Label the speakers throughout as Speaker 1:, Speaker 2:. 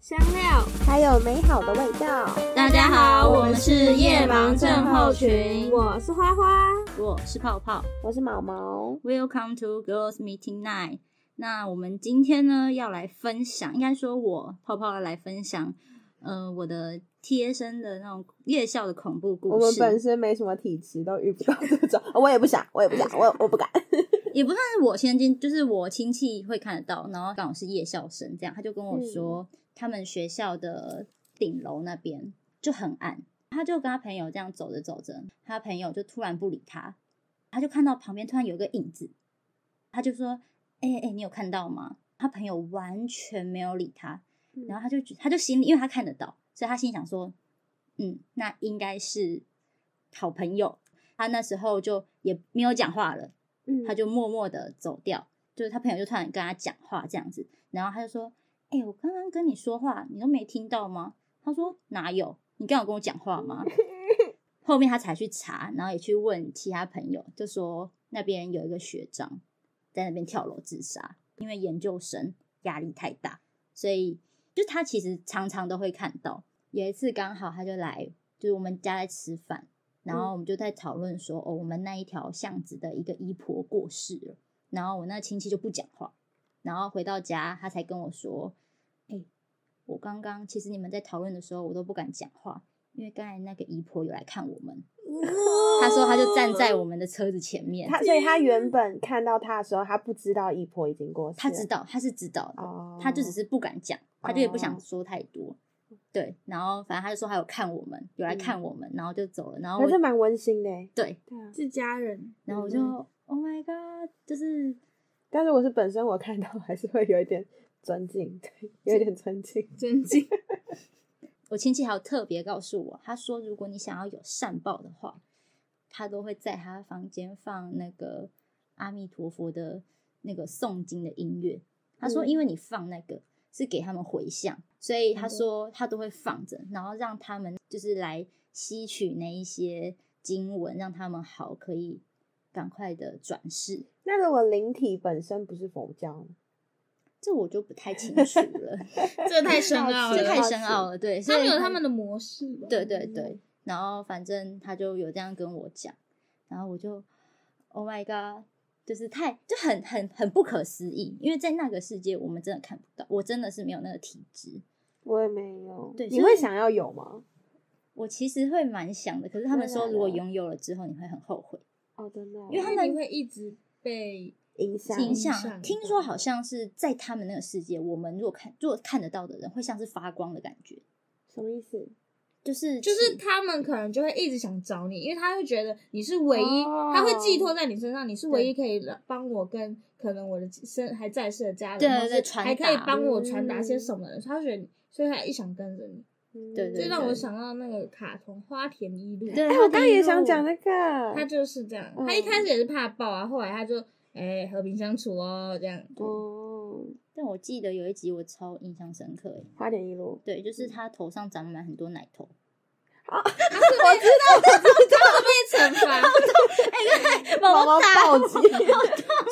Speaker 1: 香料。
Speaker 2: 还有美好的味道。
Speaker 3: 大家好，我们是夜盲症候群，
Speaker 1: 我是花花，
Speaker 3: 我是泡泡
Speaker 2: 我是毛毛，
Speaker 3: ，Welcome to Girls Meeting Night。那我们今天呢要来分享，应该说我泡泡要来分享，呃，我的贴身的那种夜校的恐怖故事。
Speaker 2: 我们本身没什么体质，都遇不到这种， 我也不想，我也不想，我我 不敢。
Speaker 3: 也不算是我先进，就是我亲戚会看得到，然后刚好是夜校生，这样他就跟我说，他们学校的顶楼那边就很暗，他就跟他朋友这样走着走着，他朋友就突然不理他，他就看到旁边突然有一个影子，他就说：“哎、哎、你有看到吗？”他朋友完全没有理他，然后他就觉他就心里，因为他看得到，所以他心里想说：“嗯，那应该是好朋友。”他那时候就也没有讲话了。
Speaker 2: 嗯
Speaker 3: 他就默默的走掉。就是他朋友就突然跟他讲话这样子，然后他就说：“哎、我刚刚跟你说话，你都没听到吗？”他说：“哪有？你刚有跟我讲话吗？”后面他才去查，然后也去问其他朋友，就说那边有一个学长在那边跳楼自杀，因为研究生压力太大，所以就他其实常常都会看到。有一次刚好他就来，就是我们家在吃饭，然后我们就在讨论说，哦，我们那一条巷子的一个姨婆过世了，然后我那亲戚就不讲话，然后回到家他才跟我说，哎、我刚刚其实你们在讨论的时候，我都不敢讲话，因为刚才那个姨婆有来看我们， 他说他就站在我们的车子前面，
Speaker 2: 他所以他原本看到他的时候，他不知道一婆已经过世了，
Speaker 3: 他知道他是知道的，
Speaker 2: 哦，
Speaker 3: 他就只是不敢讲，他就也不想说太多。对，然后反正他就说他有看我们，有来看我们，然后就走了。然后
Speaker 2: 可
Speaker 3: 我
Speaker 2: 是蛮温馨的欸。
Speaker 3: 对，
Speaker 2: 对啊，
Speaker 1: 是家人。
Speaker 3: 然后我就、Oh my God，就是
Speaker 2: 但如果是本身我看到，还是会有一点尊敬， 对，有一点尊敬。
Speaker 1: 尊敬，
Speaker 3: 我亲戚还有特别告诉我，他说如果你想要有善报的话，他都会在他房间放那个阿弥陀佛的那个诵经的音乐。他说，
Speaker 2: 嗯
Speaker 3: 因为你放那个是给他们回向，所以
Speaker 1: 嗯
Speaker 3: 他说他都会放着，然后让他们就是来吸取那一些经文，让他们好可以赶快的转世。
Speaker 2: 那如果灵体本身不是佛教呢，
Speaker 3: 这我就不太清楚 了，
Speaker 1: 这太深奥
Speaker 2: 好奇
Speaker 3: 这
Speaker 1: 了，
Speaker 3: 太深奥了。对，所
Speaker 1: 他
Speaker 3: 以
Speaker 1: 们有他们的模式吧。
Speaker 3: 对对
Speaker 2: 嗯
Speaker 3: 对，然后反正他就有这样跟我讲，然后我就 Oh my God，就是太就很很很不可思议，因为在那个世界我们真的看不到，我真的是没有那个体质。
Speaker 2: 我也没有。
Speaker 3: 对所
Speaker 2: 你
Speaker 3: 以
Speaker 2: 会想要有吗？
Speaker 3: 我其实会蛮想的，可是他们
Speaker 2: 对
Speaker 3: 说
Speaker 2: 啦
Speaker 3: 如果
Speaker 2: 啦
Speaker 3: 拥有了之后你会很后悔，
Speaker 2: 哦，真的哦，
Speaker 3: 因为他
Speaker 1: 因
Speaker 3: 们
Speaker 1: 为你会一直被
Speaker 2: 影响
Speaker 3: 影
Speaker 1: 响
Speaker 3: 响。听说
Speaker 1: 到
Speaker 3: 好像是在他们那个世界，我们如果看如果看得到的人会像是发光的感觉，
Speaker 2: 什么意思？
Speaker 3: 就是
Speaker 1: 就
Speaker 3: 起
Speaker 1: 是他们可能就会一直想找你，因为他会觉得你是唯一，
Speaker 2: 哦
Speaker 1: 他会寄托在你身上，你是唯一可以让帮我跟可能我的身还在世的家人，
Speaker 3: 对
Speaker 1: 或是
Speaker 3: 对传达嗯
Speaker 1: 还可以帮我传达些什么的人，所以他觉得你，所以他一想跟着你，
Speaker 2: 嗯
Speaker 3: 对
Speaker 1: 这
Speaker 3: 对
Speaker 1: 让我想到那个卡通《花田一路》，
Speaker 3: 对
Speaker 2: 哎，我刚刚也
Speaker 3: 他
Speaker 2: 想
Speaker 3: 第一
Speaker 2: 讲
Speaker 3: 路
Speaker 2: 那个，
Speaker 1: 他就是这样，
Speaker 2: 嗯
Speaker 1: 他一开始也是怕爆啊，后来他就哎、和平相处哦，这 样，
Speaker 2: 哦，
Speaker 3: 但我记得有一集我超印象深刻诶，
Speaker 2: 花田一 路，
Speaker 3: 对，就是他头上长满很多奶头，
Speaker 1: 他是被他是被惩罚，
Speaker 2: 毛毛暴 击。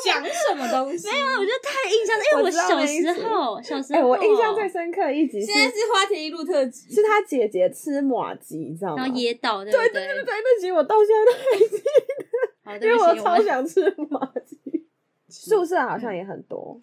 Speaker 1: 讲什么东西？
Speaker 3: 没有，我觉得太印象深，因为
Speaker 2: 我
Speaker 3: 我
Speaker 2: 知道
Speaker 3: 小
Speaker 2: 那一集
Speaker 3: 时候，小时候，
Speaker 2: 哎，我印象最深刻的一集是
Speaker 1: 现在是花田一路特辑，
Speaker 2: 是他姐姐吃马吉，你知道吗？
Speaker 3: 然后
Speaker 2: 对
Speaker 3: 噎到，对
Speaker 2: 对
Speaker 3: 不
Speaker 2: 对对，那集我到现在都还记得，
Speaker 3: 好，
Speaker 2: 因
Speaker 3: 对
Speaker 2: 为
Speaker 3: 不
Speaker 2: 我
Speaker 3: 起，
Speaker 2: 超
Speaker 3: 们
Speaker 2: 想吃马吉。宿舍好像也很多，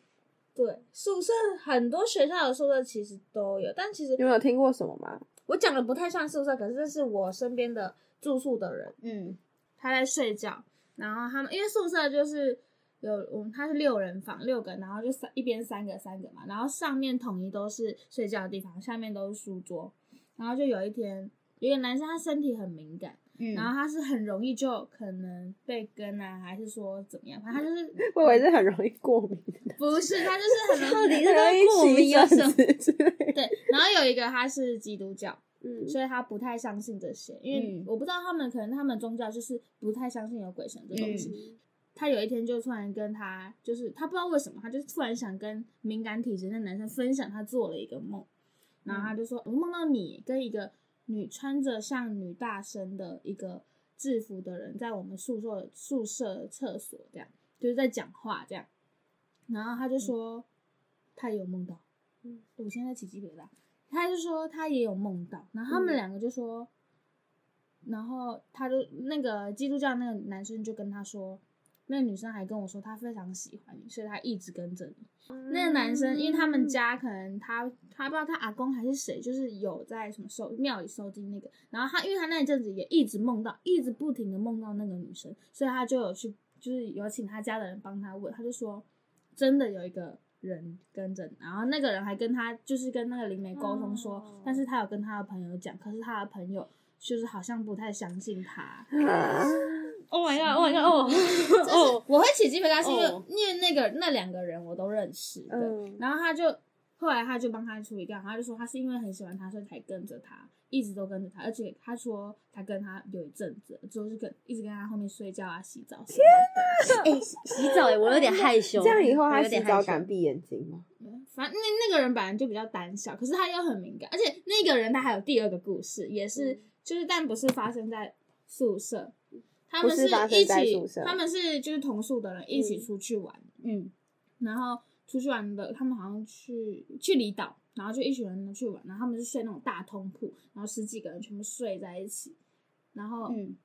Speaker 1: 对，宿舍很多学校的宿舍其实都有，但其实
Speaker 2: 你们有听过什么吗？
Speaker 1: 我讲的不太像宿舍，可是这是我身边的住宿的人，
Speaker 3: 嗯，
Speaker 1: 他在睡觉，然后他们因为宿舍就是有我们他是六人房六个，然后就三一边三个三个嘛，然后上面统一都是睡觉的地方，下面都是书桌，然后就有一天有一个男生他身体很敏感，
Speaker 3: 嗯，
Speaker 1: 然后他是很容易就可能被跟啊，还是说怎么样，反正他就是
Speaker 2: 我以为是很容易过敏的，
Speaker 1: 不是他就是啊很容
Speaker 3: 到底
Speaker 2: 很
Speaker 3: 这
Speaker 2: 容易
Speaker 3: 跟过敏
Speaker 2: 起
Speaker 3: 有
Speaker 2: 疹
Speaker 3: 什么？
Speaker 2: 子之类 的。
Speaker 1: 对，然后有一个他是基督教。
Speaker 2: 嗯，
Speaker 1: 所以他不太相信这些，因为
Speaker 3: 嗯
Speaker 1: 我不知道他们可能他们宗教就是不太相信有鬼神这东西。他有一天就突然跟他，就是他不知道为什么，他就突然想跟敏感体质的男生分享他做了一个梦，然后他就说：“我梦到你跟一个女穿着像女大生的一个制服的人，在我们宿舍宿舍的厕所这样，就是在讲话这样。”然后他就说、他也有梦到，
Speaker 2: 嗯
Speaker 1: 我现在在起鸡皮疙瘩。他就说他也有梦到，然后他们
Speaker 2: 嗯
Speaker 1: 两个就说，然后他就那个基督教那个男生就跟他说，那个女生还跟我说她非常喜欢你，所以她一直跟着你。那个男生，因为他
Speaker 2: 嗯
Speaker 1: 们家可能他他不知道他阿公还是谁，就是有在什么收庙里收金那个，然后他因为他那一阵子也一直梦到，一直不停的梦到那个女生，所以他就有去就是有请他家的人帮他问，他就说真的有一个人跟着你，然后那个人还跟他就是跟那个灵媒沟通说，
Speaker 3: 哦
Speaker 1: 但是他有跟他的朋友讲，可是他的朋友就是好像不太相信他。
Speaker 2: 啊
Speaker 1: Oh my
Speaker 3: 啊
Speaker 1: god! Oh my god! 哦 哦，我会起鸡皮疙瘩，是因为、
Speaker 3: 哦
Speaker 1: 因为那个那两个人我都认识，对，
Speaker 2: 嗯
Speaker 1: 然后他就后来他就帮他处理掉，他就说他是因为很喜欢他，所以才跟着他，一直都跟着他，而且他说他跟他有一阵子，就是跟一直跟他后面睡觉啊、洗澡什么
Speaker 3: 哎、洗洗澡哎、我有点害羞。
Speaker 2: 这样以后
Speaker 3: 我
Speaker 2: 他
Speaker 3: 有
Speaker 2: 洗
Speaker 3: 点
Speaker 2: 澡
Speaker 3: 害羞
Speaker 2: 敢闭眼睛吗？
Speaker 1: 的。反正那那个人本来就比较胆小，可是他又很敏感，而且那个人他还有第二个故事，也是、
Speaker 2: 嗯
Speaker 1: 就是但不是发生在宿舍，他们
Speaker 2: 不是发生
Speaker 1: 一
Speaker 2: 在
Speaker 1: 起
Speaker 2: 宿舍
Speaker 1: 他们是就是同宿的人一起
Speaker 2: 嗯
Speaker 1: 出去玩，
Speaker 3: 嗯，
Speaker 1: 然后出去玩的，他们好像去去离岛，然后就一群人去玩，然后他们是睡那种大通铺，然后十几个人全部睡在一起，然
Speaker 2: 哦
Speaker 1: 后，
Speaker 3: 嗯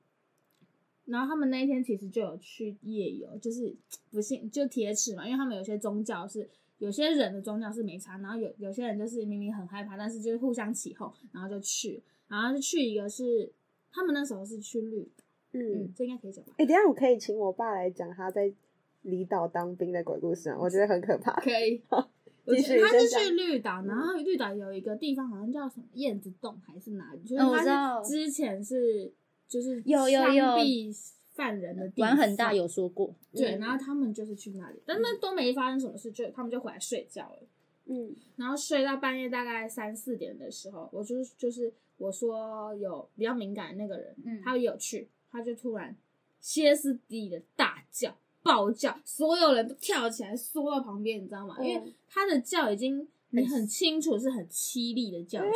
Speaker 1: 然后他们那一天其实就有去夜游，就是不信就铁齿嘛，因为他们有些宗教是。有些人的宗教是没差，然后有有些人就是明明很害怕，但是就是互相起哄，然后就去，然后就去一个是他们那时候是去绿岛，
Speaker 2: 嗯，
Speaker 1: 这应该可以讲吧？
Speaker 2: 哎，等一下我可以请我爸来讲他在离岛当兵的鬼故事吗？我觉得很可怕。
Speaker 1: 可 以。我
Speaker 2: 继
Speaker 1: 觉
Speaker 2: 续
Speaker 1: 得他是
Speaker 2: 先讲
Speaker 1: 去绿岛，然后绿岛有一个地方好像叫什么燕子洞还是哪里，就是
Speaker 3: 嗯我知
Speaker 1: 他
Speaker 3: 道
Speaker 1: 是之前是就是
Speaker 3: 有有有
Speaker 1: 枪毙犯人的地方，
Speaker 3: 玩很大有说过，
Speaker 1: 对，
Speaker 2: 嗯
Speaker 1: 然后他们就是去那里，但那都没发生什么事，就他们就回来睡觉了。
Speaker 2: 嗯
Speaker 1: 然后睡到半夜大概三四点的时候，我就是就是我说有比较敏感的那个人，
Speaker 3: 嗯
Speaker 1: 他有去，他就突然歇斯底里的大叫、暴叫，所有人都跳起来缩到旁边，你知道吗？
Speaker 2: 嗯
Speaker 1: 因
Speaker 3: 哦
Speaker 1: 为他的叫已经你很清楚是很凄厉的叫声。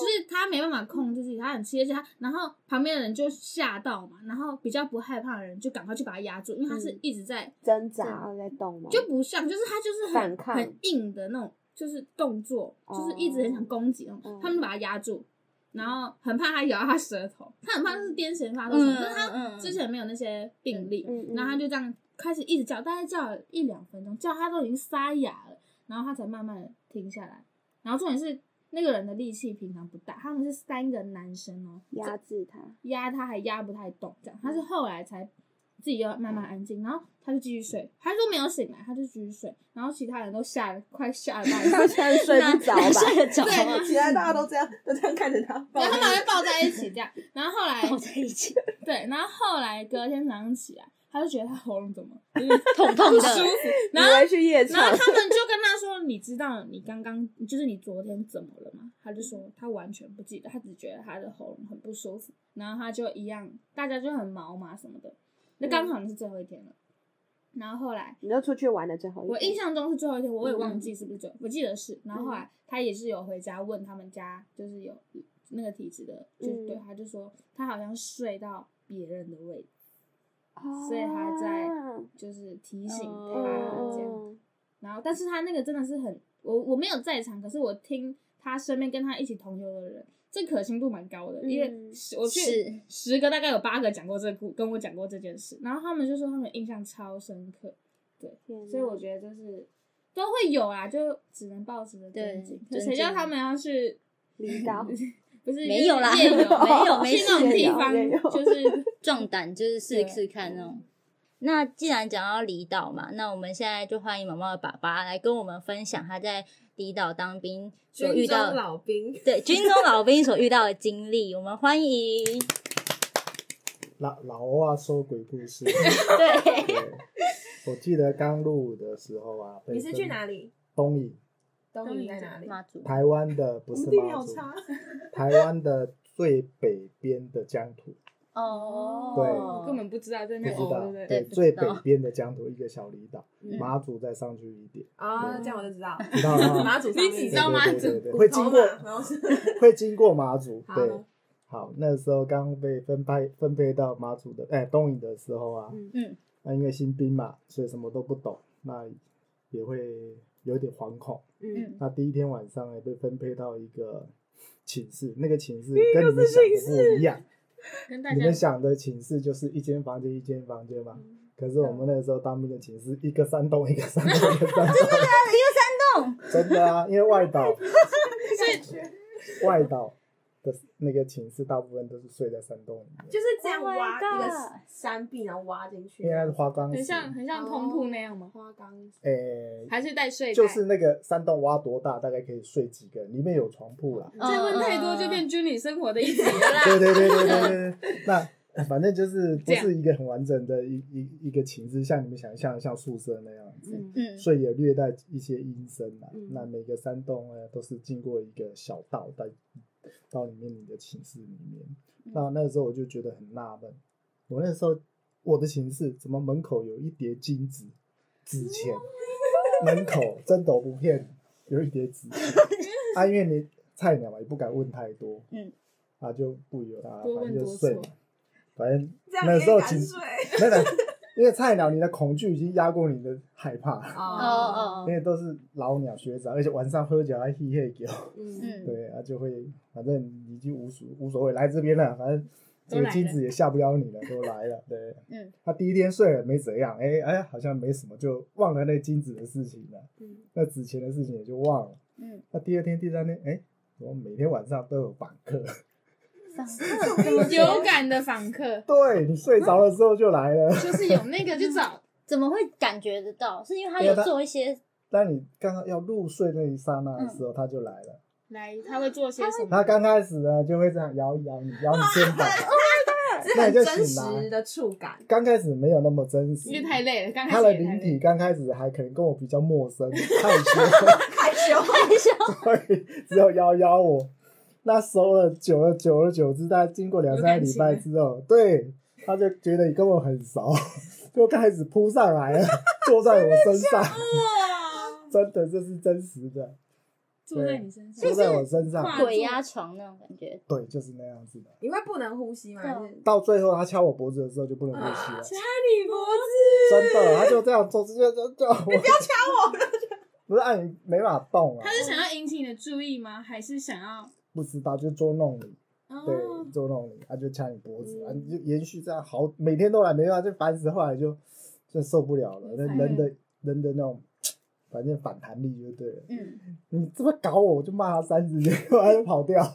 Speaker 1: 就是他没办法控制自己，他很气，而且他，然后旁边的人就吓到嘛，然后比较不害怕的人就赶快去把他压住，因为他是
Speaker 2: 嗯
Speaker 1: 一直在
Speaker 2: 挣扎然后在动吗？
Speaker 1: 就不像，就是他就是很
Speaker 2: 反抗
Speaker 1: 很硬的那种，就是动作，
Speaker 2: 哦
Speaker 1: 就是一直很想攻击那种。
Speaker 2: 嗯
Speaker 1: 他们把他压住，然后很怕他咬到他舌头，他很怕是癫痫发作什么，
Speaker 3: 嗯
Speaker 1: 但是他
Speaker 3: 嗯
Speaker 1: 之前没有那些病例，
Speaker 2: 嗯嗯
Speaker 1: 然后他就这样开始一直叫，大概叫了一两分钟，叫他都已经沙哑了，然后他才慢慢的停下来。然后重点是那个人的力气平常不大，他们是三个男生哦，
Speaker 2: 压制他。嗯
Speaker 1: 压他还压不太动，这样他是后来才自己要慢慢安静，然后他就继续睡，他就没有醒来，他就继续睡，然后其他人都吓得快吓得半死，
Speaker 2: 现在睡不着吧？
Speaker 3: 睡得着
Speaker 1: 对
Speaker 3: 吗？
Speaker 2: 起来大家都这样，都这样看着他。
Speaker 1: 然后他们还抱在一起这样，然后后来
Speaker 3: 抱在一起，
Speaker 1: 对，然后后来隔天早上起来，他就觉得他喉咙怎么有点
Speaker 3: 痛痛
Speaker 1: 不
Speaker 3: 的
Speaker 1: 舒服，然后
Speaker 2: 以为去夜
Speaker 1: 然后
Speaker 2: 场，
Speaker 1: 他们就跟他说：“你知道你刚刚就是你昨天怎么了吗？”他就说他完全不记得，他只觉得他的喉咙很不舒服，然后他就一样，大家就很毛嘛什么的。那刚好是最后一天了，然后后来
Speaker 2: 你就出去玩的最后一天。
Speaker 1: 我印象中是最后一天，我也忘记是不是最后，我记得是。然后后来他也是有回家问他们家，就是有那个体质的，就是
Speaker 2: 嗯
Speaker 1: 对他就说他好像睡到别人的位置，
Speaker 2: 哦，
Speaker 1: 所以他在就是提醒他这样。
Speaker 2: 嗯
Speaker 1: 然后，但是他那个真的是很，我我没有在场，可是我听他身边跟他一起同游的人，这可信度蛮高的，
Speaker 2: 嗯
Speaker 1: 因为十我去
Speaker 3: 是
Speaker 1: 十个大概有八个讲过这个故，跟我讲过这件事，然后他们就说他们印象超深刻，
Speaker 2: 天哪
Speaker 1: 所以我觉得就是都会有啊，就只能抱持着尊敬，可
Speaker 3: 对
Speaker 1: 谁
Speaker 3: 尊敬
Speaker 1: 叫他们要去
Speaker 2: 离岛
Speaker 1: 不是
Speaker 3: 没有啦
Speaker 1: 夜游
Speaker 3: 没有没有没
Speaker 1: 去那种地
Speaker 2: 事哦夜游
Speaker 1: 方
Speaker 2: 夜游
Speaker 1: 就是
Speaker 3: 壮胆，就是试
Speaker 1: 对
Speaker 3: 试看那种。那既然讲到离岛嘛，那我们现在就欢迎毛毛的爸爸来跟我们分享他在离岛当兵所遇到
Speaker 2: 老兵，
Speaker 3: 对军中老兵所遇到的经历。我们欢迎，
Speaker 4: 老老话说鬼故 事。
Speaker 3: 对，
Speaker 4: 对，我记得刚入伍的时候啊，
Speaker 5: 你是去
Speaker 4: 里？
Speaker 5: 哪里？
Speaker 4: 东引，
Speaker 5: 东营在哪里？
Speaker 3: 妈祖，
Speaker 4: 台湾的不
Speaker 5: 我
Speaker 4: 是
Speaker 5: 们地理
Speaker 4: 马
Speaker 5: 好
Speaker 4: 祖，
Speaker 5: 差。
Speaker 4: 台湾的最北边的疆 土，
Speaker 3: 哦，
Speaker 1: 根本不知道在
Speaker 4: 不
Speaker 1: 那
Speaker 4: 知
Speaker 1: 里哦，对
Speaker 4: 道
Speaker 1: 不，对？
Speaker 3: 对不知
Speaker 4: 最北
Speaker 3: 道
Speaker 4: 边的疆土一个小离岛，
Speaker 3: 嗯
Speaker 4: 马祖再上去一点，
Speaker 5: 啊，
Speaker 1: 哦
Speaker 5: 这样我就知道。
Speaker 4: 知道吗？
Speaker 5: 马祖上
Speaker 1: 你
Speaker 5: 面，
Speaker 1: 几
Speaker 4: 对
Speaker 1: 张马
Speaker 4: 对
Speaker 1: 祖
Speaker 4: 对对对
Speaker 5: 骨
Speaker 4: 会
Speaker 5: 头
Speaker 4: 经
Speaker 5: 嘛
Speaker 4: 过，
Speaker 5: 然后是
Speaker 4: 会经过马祖，
Speaker 5: 啊好
Speaker 4: 对。好，那时候刚被分派分配到马祖的，哎、东引的时候啊，
Speaker 2: 嗯
Speaker 3: 嗯，
Speaker 4: 那因为新兵嘛，所以什么都不懂，那也会有点惶恐。
Speaker 2: 嗯，
Speaker 3: 嗯，
Speaker 4: 那第一天晚上呢，被分配到一个寝室，那个寝室跟你们想的不一样。
Speaker 1: 跟大
Speaker 4: 你
Speaker 1: 家
Speaker 4: 们想的寝室就是一间房间一间房间嘛，可是我们那时候当兵的寝室一个山洞一个山洞一个山洞，
Speaker 3: 一个山洞，
Speaker 4: 真的啊，因为外岛
Speaker 5: 感觉
Speaker 4: 外岛的那个寝室大部分都是睡在山洞里面，
Speaker 5: 就是这样
Speaker 3: Oh my
Speaker 5: 挖
Speaker 3: god
Speaker 5: 一个山壁，然后挖进
Speaker 2: 嗯
Speaker 5: 去，
Speaker 4: 应该是花岗
Speaker 1: 很
Speaker 4: 石，
Speaker 1: 像很像通铺那样吗？
Speaker 5: 花岗石。
Speaker 4: 诶、
Speaker 1: 还是带睡袋？
Speaker 4: 就是那个山洞挖多大，大概可以睡几个人，里面有床铺
Speaker 2: 嗯
Speaker 4: 啦。
Speaker 1: 再问太多就变军旅生活的一集了
Speaker 4: 对
Speaker 1: 啦。
Speaker 4: 对对对对对，那呃反正就是不是一个很完整的一一一个寝室，像你们想象像宿舍那样子。
Speaker 5: 嗯
Speaker 3: 嗯，
Speaker 4: 所以也略带一些阴森啦。
Speaker 5: 嗯
Speaker 4: 那每个山洞呢，都是经过一个小道在到里面你的寝室里面。
Speaker 3: 嗯
Speaker 4: 那那时候我就觉得很纳闷，我那时候我的寝室怎么门口有一叠金纸纸钱？门口真的我不骗你，有一叠纸钱。啊，因为你菜鸟嘛，也不敢问太多，
Speaker 3: 嗯，
Speaker 4: 啊就不由他，
Speaker 1: 多
Speaker 4: 反
Speaker 1: 问
Speaker 4: 正就
Speaker 1: 多
Speaker 4: 睡
Speaker 1: 错
Speaker 4: 嘛，反正
Speaker 5: 这样
Speaker 4: 那
Speaker 5: 你
Speaker 4: 时候
Speaker 5: 也
Speaker 4: 寝
Speaker 5: 敢睡？
Speaker 4: 没有，因为菜鸟你的恐惧已经压过你的害怕了。
Speaker 3: 哦
Speaker 5: 哦，
Speaker 3: 哦
Speaker 4: 因
Speaker 3: 哦，
Speaker 4: 为都是老鸟学长，而且晚上喝酒还嘿嘿酒，
Speaker 5: 嗯，
Speaker 3: 嗯，
Speaker 4: 对啊，就会反正已经无所无所谓，来这边了，反正这个金子也吓不了你了，都 来了，对，
Speaker 3: 嗯，
Speaker 4: 他第一天睡了没怎样，哎哎，好像没什么，就忘了那金子的事情了，
Speaker 5: 嗯
Speaker 4: 那纸钱的事情也就忘了。
Speaker 3: 嗯，
Speaker 4: 那第二天、第三天，哎，我每天晚上都有访客，
Speaker 3: 访客怎么
Speaker 1: 有感的访客
Speaker 4: 对你睡着了之后就来了。
Speaker 1: 就是有那个就找，
Speaker 3: 怎么会感觉得到？是因为他
Speaker 4: 因为
Speaker 3: 有
Speaker 4: 他
Speaker 3: 做一些，
Speaker 4: 当你刚刚要入睡那一刹那的
Speaker 3: 嗯
Speaker 4: 时候，他就来了。
Speaker 1: 来他会做些什么？
Speaker 4: 他刚开始呢，就会这样摇一摇你，摇你肩膀。
Speaker 5: ，Oh 这
Speaker 4: 那
Speaker 5: 很
Speaker 4: 你就
Speaker 5: 真
Speaker 4: 醒来
Speaker 5: 实的触感。
Speaker 4: 刚开始没有那么真实，
Speaker 1: 因为太累了，刚开
Speaker 4: 他
Speaker 1: 始
Speaker 4: 的
Speaker 1: 也太累
Speaker 4: 灵体刚开始还可能跟我比较陌生， 害羞，
Speaker 5: 害 羞，
Speaker 4: 所以只有邀邀我。那熟了久了，久而久之，大概经过两三个礼拜之后，对，他就觉得你跟我很熟，就开始扑上来了，坐在我身上，
Speaker 5: 哇，
Speaker 4: 真的这是真实的，
Speaker 1: 坐在你身上
Speaker 4: 坐，在我身上，
Speaker 1: 跨
Speaker 3: 鬼压床那种感觉，
Speaker 4: 对，就是那样子的。
Speaker 5: 你会不能呼吸吗？
Speaker 3: 对
Speaker 5: 还是
Speaker 4: 到最后，他敲我脖子的时候就不能呼吸了，
Speaker 5: 你脖子，
Speaker 4: 真的，他就这样做，直接就叫我，
Speaker 5: 不要掐我了。
Speaker 4: 不是按你没办法动啊
Speaker 1: 他，是想要引起你的注意吗？还是想要？
Speaker 4: 不知道就捉弄你。
Speaker 1: 哦
Speaker 4: 对，，捉弄你，他、就掐你脖子，啊，
Speaker 5: 嗯
Speaker 4: 你就延续这样好，每天都来，没办法，就烦死，后来就就受不了了，
Speaker 1: 没
Speaker 4: 人
Speaker 1: 反
Speaker 4: 人的人的那种，反正反弹力就对了。
Speaker 3: 嗯，
Speaker 4: 你这么搞我，我就骂他三字经，后来就跑掉了。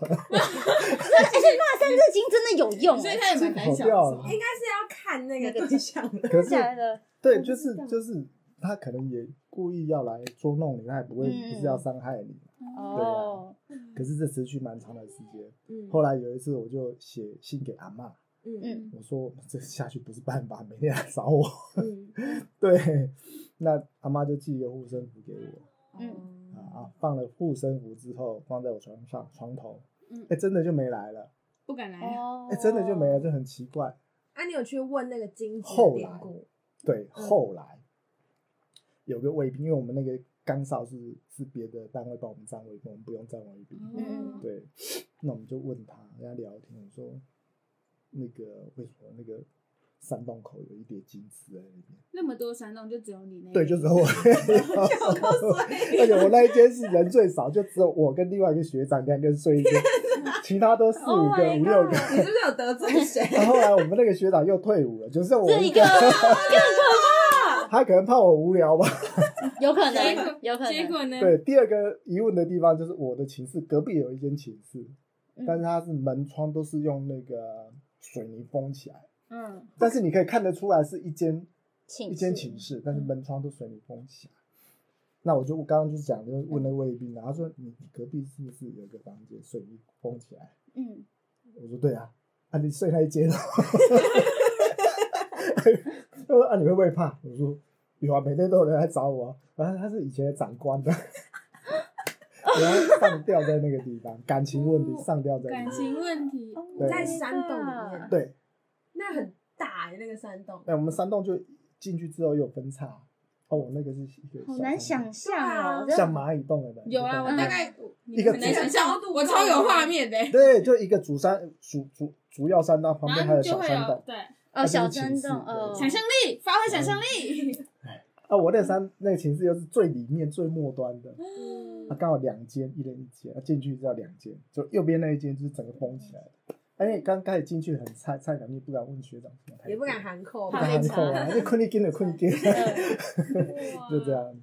Speaker 3: 骂三字经真的有用
Speaker 1: 哦所以
Speaker 3: 欸，
Speaker 1: 他也蛮胆小的，
Speaker 4: 跑掉
Speaker 1: 是
Speaker 4: 了
Speaker 1: 吗
Speaker 5: 应该是要看那个对象的。
Speaker 4: 可是
Speaker 3: 真的假的？
Speaker 4: 对，就是就是他可能也故意要来捉弄你，他也不会、
Speaker 3: 嗯
Speaker 4: 不是要伤害你。啊
Speaker 3: 哦，
Speaker 4: 可是这持续蛮长的时间。
Speaker 5: 嗯
Speaker 4: 后来有一次，我就写信给阿嬷，
Speaker 5: 嗯
Speaker 3: 嗯
Speaker 4: 我说这下去不是办法，每天来找我。
Speaker 5: 嗯
Speaker 4: 对，那阿妈就寄一个护身符给我
Speaker 5: 嗯
Speaker 4: 啊啊，放了护身符之后放在我床上床头，
Speaker 1: 嗯
Speaker 4: 哎、真的就没来了，
Speaker 1: 不敢来。
Speaker 3: 哦
Speaker 4: 哎、，真的就没了，这很奇怪。
Speaker 5: 啊，你有去问那个金子的
Speaker 4: 后
Speaker 5: 典
Speaker 4: 来
Speaker 5: 故？
Speaker 4: 对，后来有个卫兵，因为我们那个岗哨是是别的单位帮我们站卫兵，我们不用站卫兵。
Speaker 1: 哦
Speaker 4: 对，那我们就问他，跟他聊天，我说那个为什么那个山洞口有一叠金子在里面？
Speaker 1: 那么多山洞就只有你那一
Speaker 4: 对，
Speaker 1: 个
Speaker 4: 就是 我。而且我那一间是人最少，就只有我跟另外一个学长两个人睡一间，其他都四五
Speaker 3: Oh
Speaker 4: 个、
Speaker 3: my
Speaker 4: 五六个
Speaker 3: God。
Speaker 5: 你是不是有得罪谁？
Speaker 4: 然后后来我们那个学长又退伍了，就剩我
Speaker 3: 这
Speaker 4: 一
Speaker 3: 一个
Speaker 4: 个。他可能怕我无聊吧。
Speaker 3: 有可
Speaker 1: 结
Speaker 3: 能
Speaker 1: 果，
Speaker 3: 有可
Speaker 1: 结
Speaker 3: 能，
Speaker 5: 嗯
Speaker 1: 果呢？
Speaker 4: 对，第二个疑问的地方就是我的寝室隔壁有一间寝室，
Speaker 3: 嗯
Speaker 4: 但是它是门窗都是用那个水泥封起来，
Speaker 3: 嗯，
Speaker 4: 但是你可以看得出来是一间
Speaker 3: 寝
Speaker 4: 一间
Speaker 3: 室
Speaker 4: 寝室，但是门窗都水泥封起来。那我就刚刚就讲，就是问那个卫兵啊，然后说你你隔壁是不是有个房间水泥封起来？
Speaker 3: 嗯，
Speaker 4: 我说对啊，啊你睡那一间哦。他说啊你会不会怕？我说有啊，每天都有人来找我啊。然后他是以前的长官的，啊然后上吊在那个地方，感情问题上吊在那
Speaker 1: 感
Speaker 4: 里。
Speaker 1: 情问题，
Speaker 3: 哦
Speaker 4: 对
Speaker 5: 哦在山洞里面，
Speaker 4: 对，
Speaker 5: 那很大欸那个山洞。
Speaker 4: 那我们山洞就进去之后又有分叉。哦，我那个是一个
Speaker 3: 好
Speaker 4: 小
Speaker 3: 难
Speaker 4: 山洞
Speaker 3: 想
Speaker 5: 啊
Speaker 3: 象哦，真的
Speaker 4: 像蚂蚁洞的
Speaker 1: 有啦，我大概你
Speaker 4: 一个
Speaker 1: 很难想
Speaker 5: 一
Speaker 1: 象
Speaker 5: 个高，度
Speaker 1: 嗯我超有画面的。欸
Speaker 4: 对，就一个主山主主主要山洞旁边
Speaker 1: 然
Speaker 4: 还
Speaker 1: 后
Speaker 4: 有
Speaker 1: 就
Speaker 4: 小
Speaker 1: 会
Speaker 4: 山
Speaker 1: 有
Speaker 4: 洞，
Speaker 1: 对
Speaker 3: 哦，小
Speaker 4: 它就是
Speaker 3: 山
Speaker 4: 寝室
Speaker 3: 洞哦，
Speaker 4: 对
Speaker 1: 想象力，发挥想象力。
Speaker 4: 啊，我那山那个寝室又是最里面最末端的，
Speaker 5: 嗯
Speaker 4: 啊，刚好两间，一人一间，啊，进去只要两间，就右边那一间就是整个封起来的。而且刚开始进去很菜菜鸟，你也不敢问学长什么态度，
Speaker 5: 也不敢喊扣，
Speaker 4: 不
Speaker 1: 怕
Speaker 4: 敢
Speaker 1: 被
Speaker 4: 喊
Speaker 1: 查
Speaker 4: 口啊，就困一根的 困一根， 就这样，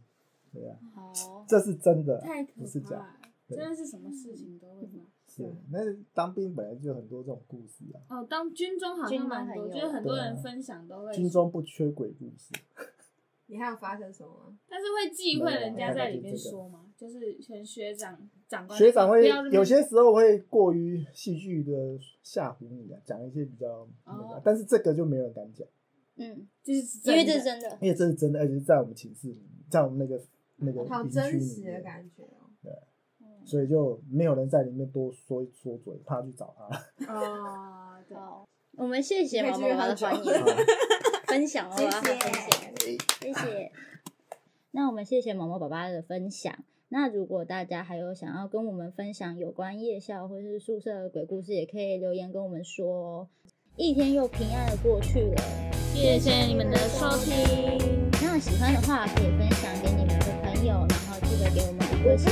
Speaker 4: 对啊，
Speaker 1: 好，
Speaker 4: 这是真的，
Speaker 1: 太可
Speaker 4: 不是
Speaker 1: 怕
Speaker 4: 假的。
Speaker 1: 了，
Speaker 4: 对嗯
Speaker 1: 真的是什么事情都会发生。
Speaker 4: 是，那当兵本来就很多这种故事啊，
Speaker 1: 哦，当军中好像蛮多，
Speaker 3: 军中很有
Speaker 1: 就是很多
Speaker 4: 对啊
Speaker 1: 人分享都会，
Speaker 4: 军中不缺鬼故事，
Speaker 5: 你还有发生什么吗？
Speaker 1: 但是会忌讳人家在里
Speaker 4: 没
Speaker 1: 面
Speaker 4: 有啊
Speaker 1: 说嘛，就是全学长长官
Speaker 4: 学长
Speaker 1: 不
Speaker 4: 会
Speaker 1: 要这么
Speaker 4: 有些时候会过于戏剧的吓唬你啊，讲一些比较那个啊，
Speaker 1: 哦
Speaker 4: 但是这个就没有人敢讲，
Speaker 3: 嗯，
Speaker 1: 就是
Speaker 3: 因为这
Speaker 1: 真
Speaker 3: 是
Speaker 1: 的
Speaker 3: 真的，
Speaker 4: 因为这是真的，而且是在我们寝室里面，在我们那个那个
Speaker 5: 好
Speaker 4: 邻居
Speaker 5: 真
Speaker 4: 里
Speaker 5: 实的
Speaker 4: 面，
Speaker 5: 感觉哦。
Speaker 4: 所以就没有人在里面多说说嘴，怕去找他。
Speaker 1: 哦，对，
Speaker 3: 好，我们谢谢
Speaker 5: 你可以
Speaker 3: 毛
Speaker 5: 继
Speaker 3: 毛
Speaker 5: 续
Speaker 3: 妈的
Speaker 5: 喝酒
Speaker 3: 欢 迎分享 哦，我要分享。
Speaker 5: 谢谢，
Speaker 3: 谢谢。 那我们谢谢毛毛爸爸的分享。那如果大家还有想要跟我们分享有关夜校或是宿舍的鬼故事，也可以留言跟我们说哦。一天又平安的过去了，
Speaker 1: 谢谢你们的收听。
Speaker 3: 那喜欢的话可以分享给你们的朋友，然后记得给我们五颗星，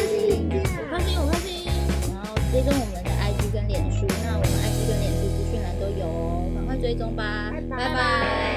Speaker 1: 我开心，我开心。
Speaker 3: 然后追踪我们的 IG 跟脸书。那我们 IG 跟脸书资讯栏都有哦，赶快追踪吧，拜拜